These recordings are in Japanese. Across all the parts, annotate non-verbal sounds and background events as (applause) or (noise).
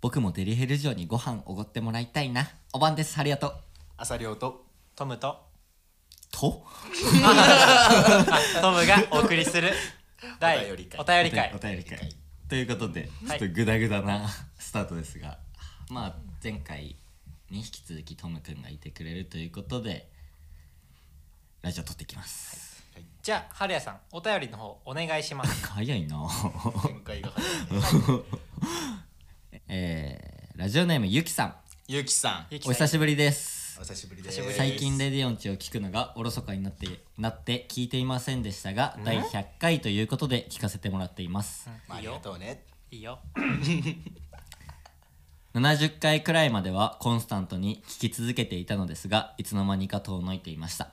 僕もデリヘル嬢にご飯おごってもらいたいなおばんですありがとう朝亮とトムとと (laughs) トムがお送りす (laughs) る第お便り会お便り (laughs) 会お便り会お便り会ということでちょはっいとグダグダなスタートですが、まあ前回に引き続きトムくんがいてくれるということでラジオ撮ってきます、じゃあ春也さんお便りの方お願いします早い (laughs) な展開が早いねえー、ラジオネームゆきさんゆきさんゆきおさん久しぶりですお久しぶりで久しぶすり最近レディオンチを聞くのがおろそかになってなって聞いていませんでしたが第100回ということで聞かせてもらっていますまああいいりがよとうねいいよ70回くらいまではコンスタントに聞き続けていたのですがいつの間にか遠のいていました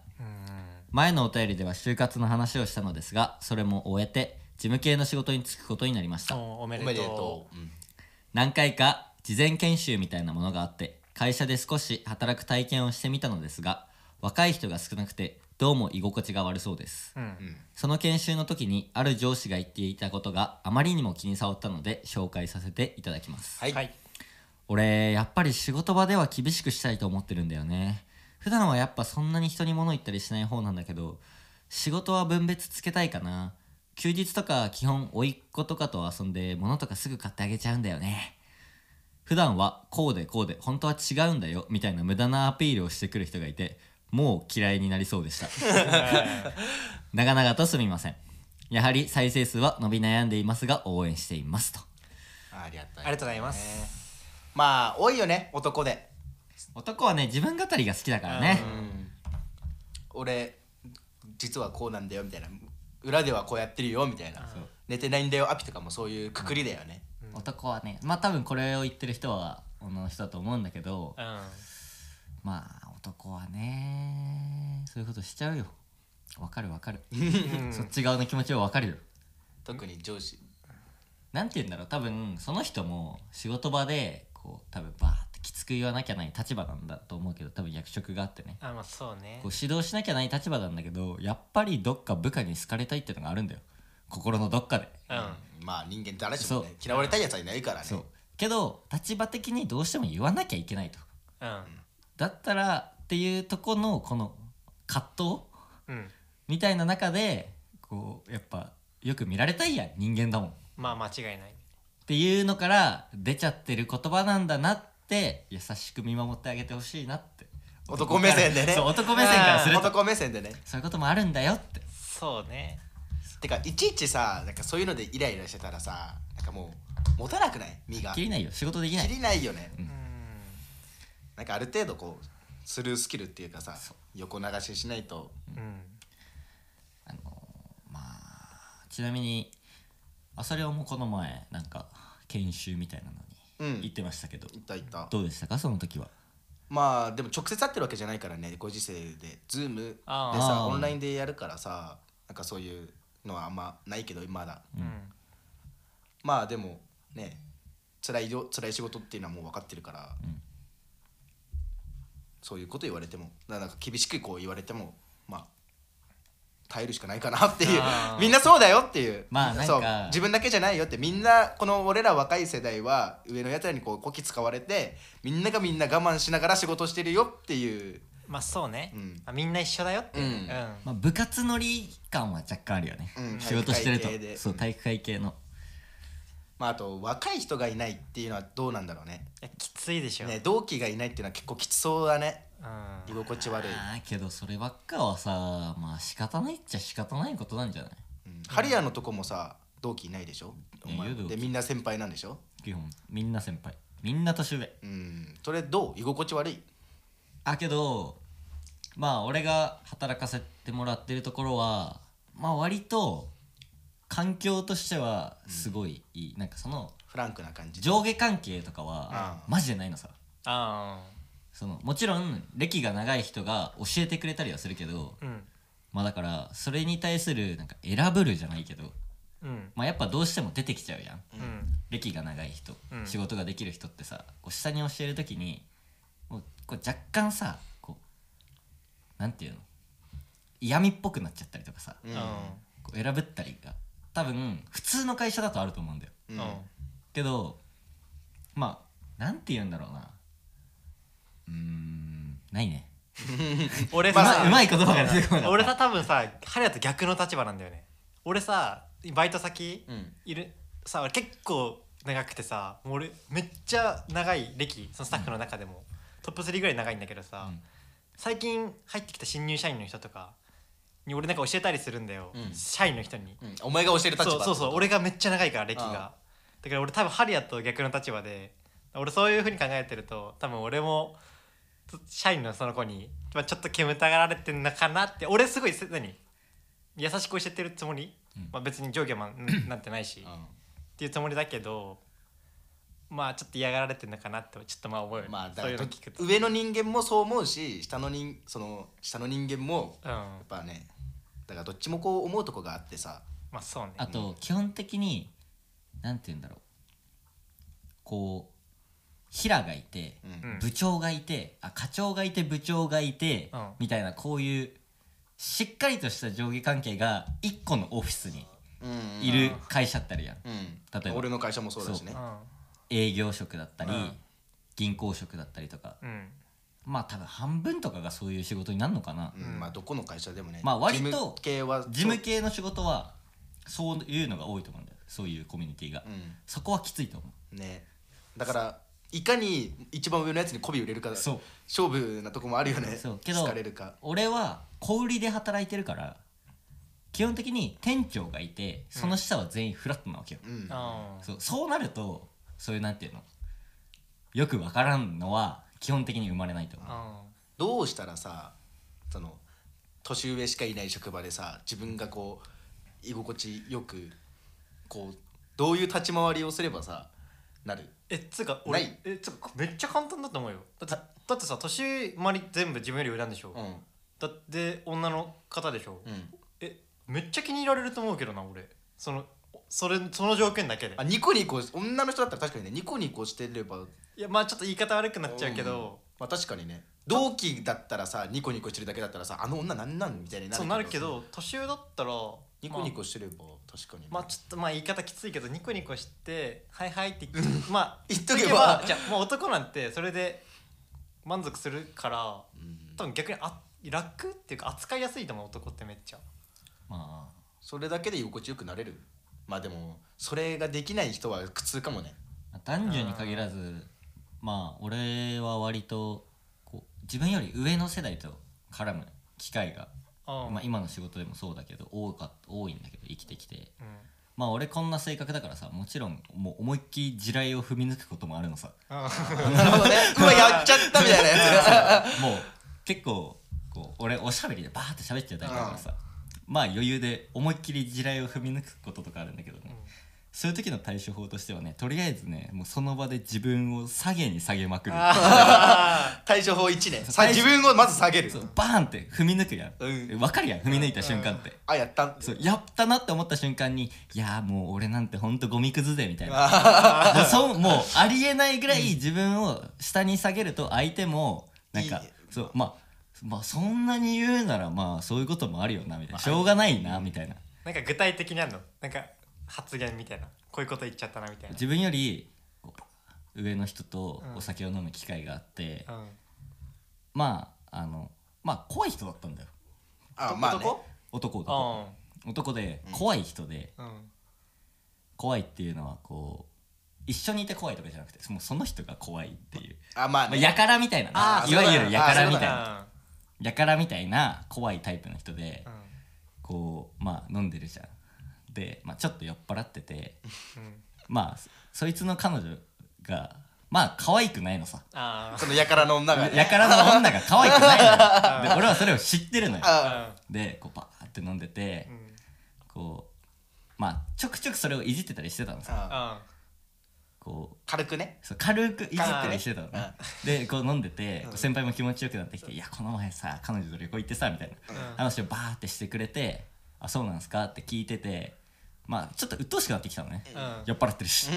前のお便りでは就活の話をしたのですがそれも終えて事務系の仕事に就くことになりましおた (laughs) おめおでめとうでとううん何回か事前研修みたいなものがあって会社で少し働く体験をしてみたのですが若い人が少なくてどうも居心地が悪そうですうんその研修の時にある上司が言っていたことがあまりにも気に障ったので紹介させていただきますはい、 (laughs) はい俺やっぱり仕事場では厳しくしたいと思ってるんだよね普段はやっぱそんなに人に物言ったりしない方なんだけど仕事は分別つけたいかな休日とか基本甥っ子とかと遊んで物とかすぐ買ってあげちゃうんだよね普段はこうでこうで本当は違うんだよみたいな無駄なアピールをしてくる人がいてもう嫌いになりそうでした (laughs) 長々とすみませんやはり再生数は伸び悩んでいますが応援していますとありがとうありがとうございますまあ多いよね男で男はね自分語りが好きだからね俺実はこうなんだよみたいな裏ではこうやってるよみたいな寝てないんだよアピとかもそういうくくりだよね男はねまあ多分これを言ってる人は女の人だと思うんだけどうんまあ男はねそういうことしちゃうよわかるわかる (laughs) そ (laughs) っち側の気持ちはわかるよ特に上司なんて言うんだろう多分その人も仕事場でこう多分バーってきつく言わなきゃない立場なんだと思うけど多分役職があってねあまあそうねこう指導しなきゃない立場なんだけどやっぱりどっか部下に好かれたいってのがあるんだよ心のどっかでうんまあ人間誰しもねそう嫌われたいやつはいないからねそうけど立場的にどうしても言わなきゃいけないとうんだったらっていうとこのこの葛藤うんみたいな中でこうやっぱよく見られたいやん人間だもんっまあ間違いないていうのから出ちゃってる言葉なんだなって優しく見守ってあげてほしいなって男目線でねそう男目線からすると男目線でねそういうこともあるんだよってそうねてかいちいちさなんかそういうのでイライラしてたらさなんかもう持たなくない身が切りないよ仕事できない切りないよねうんなんかある程度こうスルースキルっていうかさ横流ししないとうんあのまあちなみにあそれをもうこの前なんか研修みたいなうのに行っんてましたけど、いったいったどうでしたかその時はまあでも直接会ってるわけじゃないからねご時世で Zoom であーさオンラインでやるからさなんかそういうのはあんまないけどまだうんまあでもね辛いよ辛い仕事っていうのはもう分かってるから、んそういうこと言われてもななんか厳しくこう言われてもまあ耐えるしかないかなっていうあー (laughs) みんなそうだよっていう,、まあなんかそう自分だけじゃないよってみんなこの俺ら若い世代は上のやつらにこうこき使われてみんながみんな我慢しながら仕事してるよっていう、まあそうねうんあみんな一緒だよっていううんうんまあ、部活乗り感は若干あるよね、うん仕事してると体育会系でそう体育会系の、まあ、あと若い人がいないっていうのはどうなんだろうねいやきついでしょね同期がいないっていうのは結構きつそうだねうん居心地悪い、ああけどそればっかはさまあ仕方ないっちゃ仕方ないことなんじゃないうん、ハリアのとこもさ同期いないでしょおいや前いる同期でみんな先輩なんでしょ基本みんな先輩みんな年上うんそれどう居心地悪いあけどまあ俺が働かせてもらってるところはまあ割と環境としてはすごいいい、なんかそのフランクな感じ上下関係とかはマジでないのさあそのもちろん歴が長い人が教えてくれたりはするけどあうんまあだからそれに対するなんか選ぶるじゃないけどうんまあやっぱどうしても出てきちゃうやんうん歴が長い人、うん仕事ができる人ってさこう下に教える時にもうこう若干さこうなんていうの嫌味っぽくなっちゃったりとかさうんううんんこう選ぶったりが多分普通の会社だとあると思うんだよううんんけどまあなんて言うんだろうなうーんないね俺まさあうまい言葉が出てこなかった俺さ多分さハリアと逆の立場なんだよね俺さバイト先うんいるさ俺結構長くてさもう俺めっちゃ長い歴そのスタッフの中でも、トップ3ぐらい長いんだけどさ、うん最近入ってきた新入社員の人とかに俺なんか教えたりするんだよ、うん社員の人に、うんお前が教える立場そうそうそう俺がめっちゃ長いから歴あがだから俺多分ハリアと逆の立場で俺そういうふうに考えてると多分俺もつ社員のその子に、まあ、ちょっと煙たがられてんのかなって俺すごいせ何優しく教えてるつもり、うんまあ、別に上下もなんてないし、っうていうつもりだけどまあちょっと嫌がられてんのかなってちょっとまあ思うよね、んまあだそかういうらの聞くと、うん、上の人間もそう思うし下の人その下の人間もやっぱねだからどっちもこう思うとこがあってさまあそうねあと基本的になんて言うんだろうこう平がいて、うんうん部長がいてあ課長がいて部長がいて、うんみたいなこういうしっかりとした上下関係が1個のオフィスにいる会社ってあるやん、うん例えば俺の会社もそうだしね営業職だったり、うん銀行職だったりとかうん、うんまあ多分半分とかがそういう仕事になるのかな、うんまあどこの会社でもねまあ割と事務系は事務系の仕事はそういうのが多いと思うんだよそういうコミュニティが、うそこはきついと思うんねだからいかに一番上のやつに媚び売れるかそう勝負なとこもあるよねそうけど好かれるか俺は小売りで働いてるから基本的に店長がいてその下は全員フラットなわけよ、うんあそうそうなるとそういうなんていうのよくわからんのは基本的に生まれないと思うあどうしたらさその年上しかいない職場でさ自分がこう居心地よくこうどういう立ち回りをすればさなるえつうかな俺いえつうかめっちゃ簡単だと思うよだってだってさ年まり全部自分より上なんでしょ、うんだって女の方でしょ、うんえめっちゃ気に入られると思うけどな俺そのそれその条件だけであニコニコ女の人だったら確かにねニコニコしてればいやまあちょっと言い方悪くなっちゃうけど、まあ確かにね同期だったらさニコニコしてるだけだったらさあの女なんなんみたいになるそうなるけど年上だったらニコニまコしてれば確かにね、あ、まあちょっとまあ言い方きついけどニコニコして「はいはい」って言って (laughs) まあ言っとけばじゃあもう男なんてそれで満足するからうん多分逆にあ楽っていうか扱いやすいと思う男ってめっちゃまそれだけで居心地よくなれるまあでもそれができない人は苦痛かもねあ男女に限らずまあ俺は割とこう自分より上の世代と絡む機会が、あまあ、今の仕事でもそうだけど多か多いんだけど生きてきてうんまあ俺こんな性格だからさもちろんもう思いっきり地雷を踏み抜くこともあるのさなるほ (laughs) どねうわやっちゃったみたいなやもう結構こう俺おしゃべりでバーって喋っちゃうタイプだからさ、まあ余裕で思いっきり地雷を踏み抜くこととかあるんだけどね、そういう時の対処法としてはねとりあえずねもうその場で自分を下げに下げまくるつ対処法1ねさ (laughs) 対処自分をまず下げるそうバーンって踏み抜くやん、うんわかるやん踏み抜いた瞬間って、あやったそうやったなって思った瞬間にいやーもう俺なんてほんとゴミくずでみたいなもうそうもうありえないぐらい自分を下に下げると相手もなんかいいそうまあまあそんなに言うならまあそういうこともあるよなみたいなしょうがないなみたいな (laughs) なんか具体的にあるのなんか発言みたいなこういうこと言っちゃったなみたいな自分よりこう上の人とお酒を飲む機会があって、うんまああのまあ怖い人だったんだよあ男まあね男男男あ男で怖い人で、あうん怖いっていうのはこう一緒にいて怖いとかじゃなくてもうその人が怖いっていう、あまあまあ、ねやからみたいなねあーいわゆるやかあらーみそうたいだなやからみたいな怖いタイプの人でうんこうまあ飲んでるじゃんで、まあ、ちょっと酔っ払っててうんまあそそいつの彼女がまあ可愛くないのさあそのやからの女がねやからの女が可愛く (laughs) ないのよで俺はそれを知ってるのよああでこうバーって飲んでてうんうんこうまあちょくちょくそれをいじってたりしてたのさああこう軽くねそう軽くいじったりしてたのねでこう飲んでてうん先輩も気持ちよくなってきて「いやこの前さ彼女と旅行行ってさ」みたいなうん話をバーってしてくれて「あそうなんすか?」って聞いててまあちょっと鬱陶しくなってきたのねうん酔っ払ってるしい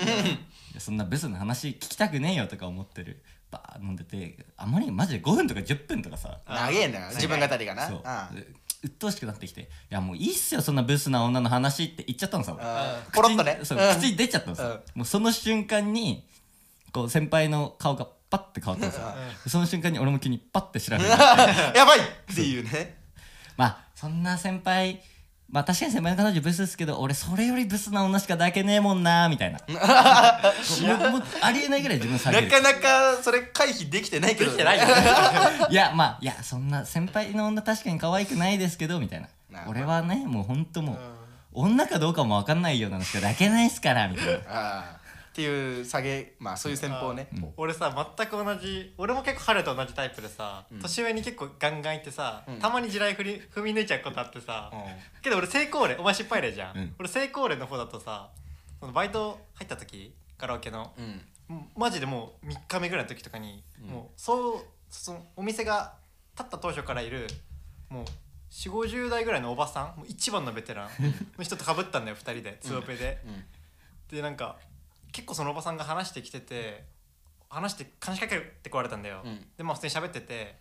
やそんなブスの話聞きたくねえよとか思ってるバー飲んでてあんまりマジで5分とか10分とかさ長あえな自分語りがなそうあで鬱陶しくなってきて「いやもういいっすよそんなブスな女の話」って言っちゃったのさ俺あ口ポロッとねそううん口に出ちゃったのさ、もうその瞬間にこう先輩の顔がパッて変わったのさその瞬間に俺も急にパッて (laughs) 調べる (laughs) やばいっていうねまあそんな先輩まあ確かに先輩の彼女ブスですけど俺それよりブスな女しか抱けねえもんなみた (laughs) いなもうもうありえないぐらい自分下げなるかなかそれ回避できてないけどできてないよいやまあいやそんな先輩の女確かに可愛くないですけどみたいななあ俺はねもうほんともう女かどうかも分かんないようなのしか抱けないっすからみたいなああっていう下げまあそういう戦法ねうん俺さ全く同じ俺も結構春と同じタイプでさ、うん年上に結構ガンガンいってさ、うんたまに地雷踏 (laughs) み踏み抜いちゃうことあってさ、うけど俺成功例お前失敗例じゃん、うん俺成功例の方だとさそのバイト入った時カラオケのんうんもうマジでもう3日目ぐらいの時とかに、うんもうそうそのお店が建った当初からいるもう4 5 0代ぐらいのおばさんもう一番のベテランの人とかぶったんだよ2人でツーオペで、でなんか結構そのおばさんが話してきてて話して話しかけるって壊れたんだよ、うんでまあ普通に喋ってて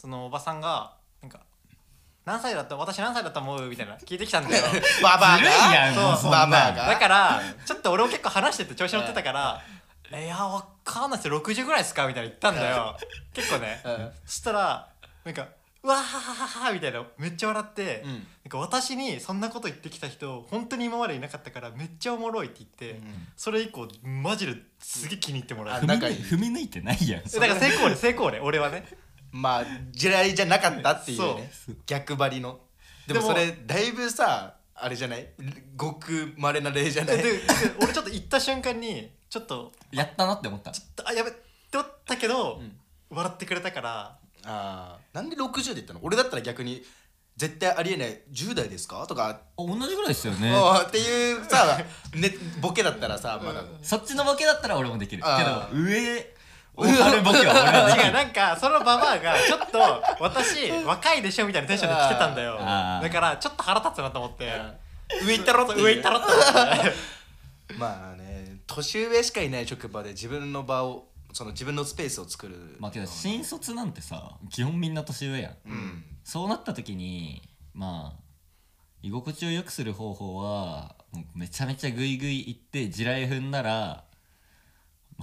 そのおばさんがなんか「何歳だった私何歳だと思う?」みたいな聞いてきたんだよババアずるいやんがもうそそうんなババアがだからちょっと俺も結構話してて調子乗ってたから「いやわかんないっすよ60ぐらいですか?」みたいな言ったんだよ結構ね、うんそしたらなんか「うわははははみたいなめっちゃ笑って、うんなんか私にそんなこと言ってきた人本当に今までいなかったからめっちゃおもろいって言って、うんそれ以降マジですげえ気に入ってもらえあ踏たみ仲抜いいい踏み抜いてないやんだから成功例成功例俺はねまあ地雷じゃなかったっていうねそ逆張りのでもでもそれだいぶさあれじゃないごくまれな例じゃなでいで俺ちょっと行った瞬間にちょっとやったなって思った「あやべ」って思ったけど、ん笑ってくれたからあーなんで60で言ったの俺だったら逆に絶対ありえない10代ですかとか、お同じぐらいですよねおーっていうさ、ね、ボケだったらさまだ、そっちのボケだったら俺もできるあけど上あるボケは俺はでき (laughs) 違うるなんかそのババアがちょっと私若いでしょみたいなテンションで来てたんだよあーだからちょっと腹立つなと思って上行ったろっていう上行ったろって思ってまあね年上しかいない職場で自分の場をその自分のスペースを作るまあけど新卒なんてさ基本みんな年上やんうんそうなった時にまあ居心地を良くする方法はもうめちゃめちゃグイグイ行って地雷踏んだらえ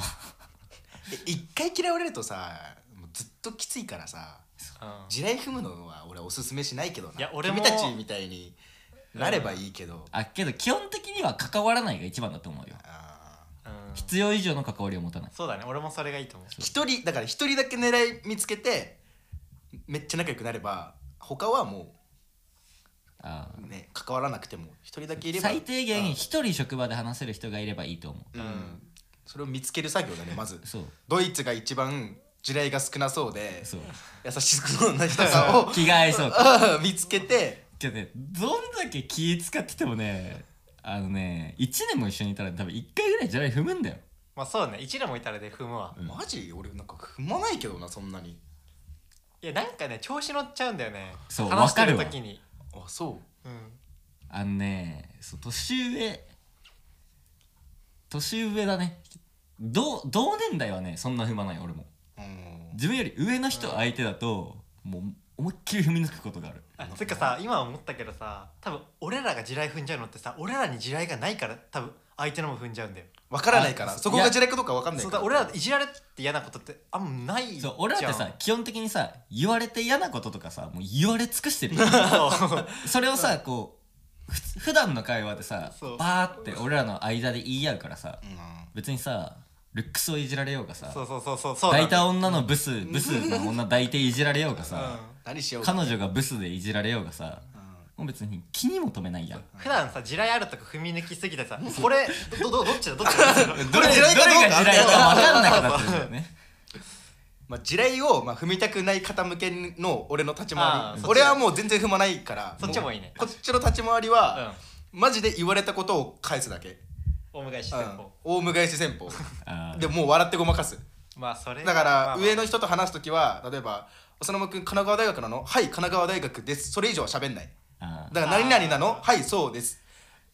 一回嫌われるとさもうずっときついからさうん地雷踏むのは俺はおすすめしないけどないや俺も君たちみたいになればいいけど、あけど基本的には関わらないが一番だと思うよあうん必要以上の関わりを持たないそうだね俺もそれがいいと思うー一人だから一人だけ狙い見つけてめっちゃ仲良くなれば他はもあーうね関わらなくても一人だけいれば最低限うん一人職場で話せる人がいればいいと思ううんそれを見つける作業だねまずそうドイツが一番地雷が少なそうで (laughs) そう優しそうな人さを着替えそううん (laughs) 見つけてけどねどんだけ気使っててもねあのね1年も一緒にいたら多分1回ぐらい地雷踏むんだよまあそうね一年もいたらで踏むわうんマジ俺なんか踏まないけどなそんなにいやなんかね調子乗っちゃうんだよねそう話してわかるるわ時にあそううんあのねそう年上年上だね同同年代はねそんな踏まない俺もうん自分より上の人相手だともう思いっきり踏み抜くことがあるあつうかさ今思ったけどさ多分俺らが地雷踏んじゃうのってさ俺らに地雷がないから多分相手のも踏んじゃうんだよ分からないからあそこが地雷かどうか分かんないそうからだ俺らっていじられて嫌なことってあんまないじゃんそう俺らってさ基本的にさ言われて嫌なこととかさもう言われ尽くしてる (laughs) そうそれをさこうふつ普段の会話でさそうバーって俺らの間で言い合うからさうん別にさルックスをいじられようかさそうそうそうそうそう抱いなんだよた女のブスブスの女抱いていじられようかさ何しようか彼女がブスでいじられようがさもう別に気にも留めないやんうん普段さ地雷あるとこ踏み抜きすぎてさこれどどどっちだどっち (laughs) だどれ地雷かどうかどれが地雷か分かんなくなってるんだよねまあ地雷をまあ踏みたくない方向けの俺の立ち回あーりそっち俺はもう全然踏まないからそっちもいいねこっちの立ち回りはマジで言われたことを返すだけお迎えしてうこんオウム返し戦 (laughs) 法あーでもう笑ってごまかすうまあそれだから上の人人と話すときは例えば「浅沼君神奈川大学なの?」「はい神奈川大学です」それ以上は喋んないあーだから「何々なの?あ」 「はいそうです」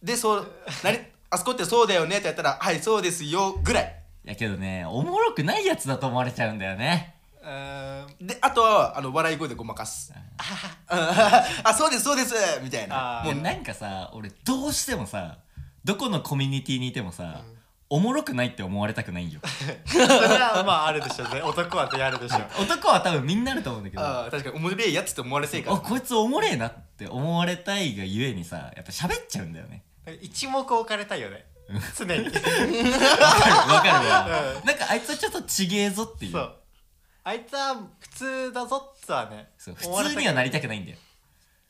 でそう「何あそこってそうだよね」ってやったら「はいそうですよ」ぐらいいやけどねおもろくないやつだと思われちゃうんだよねうーんであとはあの笑い声でごまかす「あ (laughs) あそうですそうです」みたいなあいやもうなんかさ俺どうしてもさどこのコミュニティにいてもさ、おもろくないって思われたくないんよそれはまああるでしょうね男はやるでしょう男は多分みんなあると思うんだけどあああ確かにおもれえやつって思われてえからこいつおもれえなって思われたいがゆえにさやっぱ喋っちゃうんだよね一目置かれたいよね常 (laughs) にわかるわかるわ、なんかあいつはちょっとちげえぞっていうそうあいつは普通だぞっつはねそう普通にはなりたくないんだよ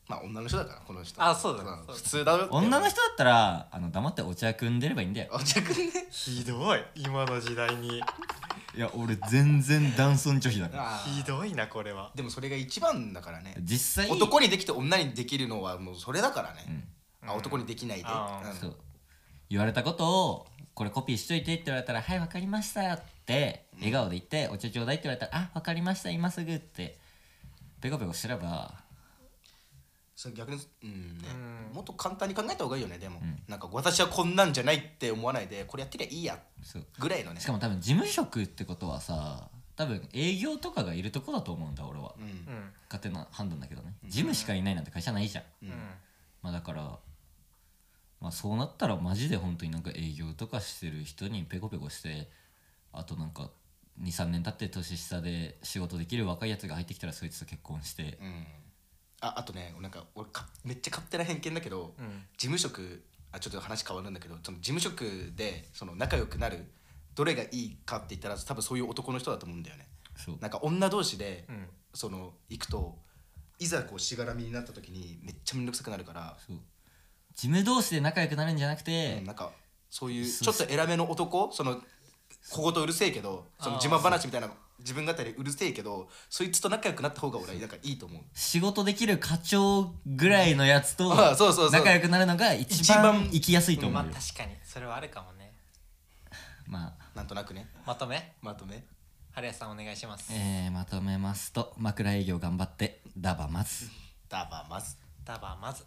まあ女の人だからこの人あそうだねん普通だろって女の人だったらあの黙ってお茶組んでればいいんだよあ逆にねひどい今の時代にいや俺全然男尊女卑だからあーひどいなこれはでもそれが一番だからね実際男にできて女にできるのはもうそれだからうね、んあ男にできないで、あーうんそう言われたことをこれコピーしといてって言われたら「はいわかりました」って笑顔で言って「お茶ちょうだい」って言われたら「あわかりました今すぐ」ってペコペコしてればそれ逆に、うんねうんもっと簡単に考えた方がいいよねでも、なんか私はこんなんじゃないって思わないでこれやってりゃいいやそうぐらいのねしかも多分事務職ってことはさ多分営業とかがいるとこだと思うんだ俺はうんうん勝手な判断だけどね事務しかいないなんて会社ないじゃんううんんまあだからまあそうなったらマジで本当になんか営業とかしてる人にペコペコしてあとなんか23年経って年下で仕事できる若いやつが入ってきたらそいつと結婚してうんああとねなんか俺かめっちゃ勝手な偏見だけど、うん事務職あちょっと話変わるんだけどその事務職でその仲良くなるどれがいいかって言ったら多分そういう男の人だと思うんだよねそうなんか女同士で、うんその行くといざこうしがらみになった時にめっちゃ面倒くさくなるから、そう事務同士で仲良くなるんじゃなくてうんなんかそういうそうちょっと偉めの男その小言うるせえけどその自慢話みたいな自分語りうるせえけどそいつと仲良くなった方が俺はなんかいいと思う仕事できる課長ぐらいのやつとあ (laughs) そうそうそう仲良くなるのが一一番番生きやすいと思まうあよ確かにそれはあるかもねまあなんとなくねまとめまとめ春谷さんお願いしますえーまとめますと枕営業頑張ってダバまずダバーマスダバーまず